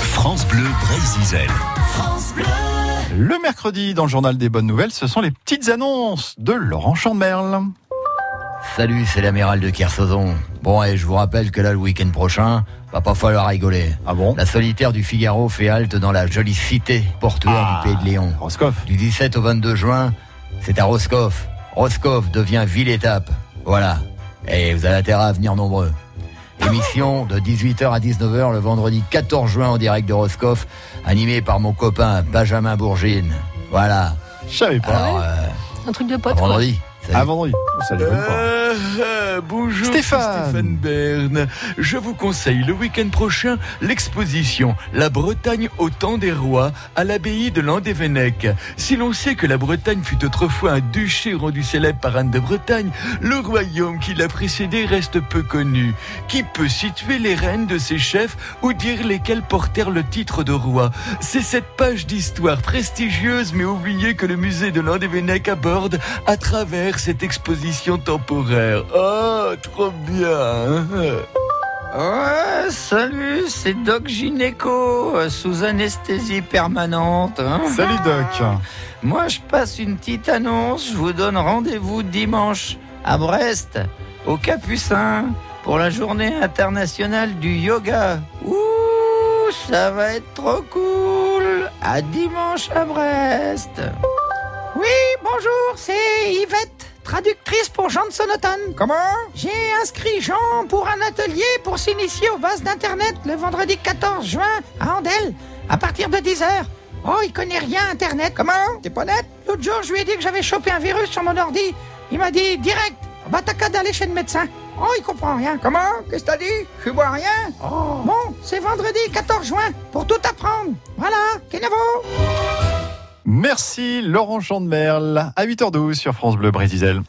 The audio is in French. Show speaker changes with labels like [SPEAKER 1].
[SPEAKER 1] France Bleu Brésil.
[SPEAKER 2] Le mercredi, dans le journal des bonnes nouvelles, ce sont les petites annonces de Laurent Chandemerle.
[SPEAKER 3] Salut, c'est l'amiral de Kersozon. Bon, et je vous rappelle que là, le week-end prochain, va pas falloir rigoler.
[SPEAKER 2] Ah bon
[SPEAKER 3] La solitaire du Figaro fait halte dans la jolie cité portuaire
[SPEAKER 2] Ah.
[SPEAKER 3] du Pays de Léon.
[SPEAKER 2] Roscoff.
[SPEAKER 3] Du 17 au 22 juin, c'est à Roscoff. Roscoff devient ville-étape. Voilà. Et vous avez intérêt à venir nombreux. Émission de 18h à 19h le vendredi 14 juin en direct de Roscoff, animée par mon copain Benjamin Bourgine. Voilà.
[SPEAKER 2] Je savais pas.
[SPEAKER 4] Ah,
[SPEAKER 3] Alors, euh,
[SPEAKER 5] Un truc de
[SPEAKER 3] à
[SPEAKER 5] pote. quoi.
[SPEAKER 3] vendredi. Salut.
[SPEAKER 2] Ah, vendredi. Oh, ça les donne pas.
[SPEAKER 6] Ah, ah, bonjour,
[SPEAKER 2] Stéphane.
[SPEAKER 6] c'est Stéphane Bern. Je vous conseille le week-end prochain l'exposition La Bretagne au temps des rois à l'abbaye de Landévennec. Si l'on sait que la Bretagne fut autrefois un duché rendu célèbre par Anne de Bretagne, le royaume qui l'a précédé reste peu connu. Qui peut situer les reines de ses chefs ou dire lesquels portèrent le titre de roi C'est cette page d'histoire prestigieuse mais oubliée que le musée de Landévennec aborde à travers cette exposition temporaire. Oh, trop bien hein.
[SPEAKER 4] Ouais, salut, c'est Doc Gynéco, euh, sous anesthésie permanente. hein.
[SPEAKER 2] Salut Doc.
[SPEAKER 4] Moi, je passe une petite annonce, je vous donne rendez-vous dimanche à Brest, au Capucin, pour la journée internationale du yoga. Ouh, ça va être trop cool À dimanche à Brest Oui, bonjour, c'est Yvette, traductrice pour Jean de Sonotone. Comment J'ai inscrit Jean pour un atelier pour s'initier aux bases d'Internet le vendredi 14 juin à Andel, à partir de 10h. Oh, il connaît rien à Internet. Comment T'es pas net L'autre jour, je lui ai dit que j'avais chopé un virus sur mon ordi. Il m'a dit direct. Bah t'as qu'à d'aller chez le médecin. Oh, il comprend rien. Comment Qu'est-ce que t'as dit Je vois rien. Bon, c'est vendredi 14 juin pour tout apprendre. Voilà, Kenavo.
[SPEAKER 2] Merci Laurent Chandemerle. À 8h12 sur France Bleu Brésil.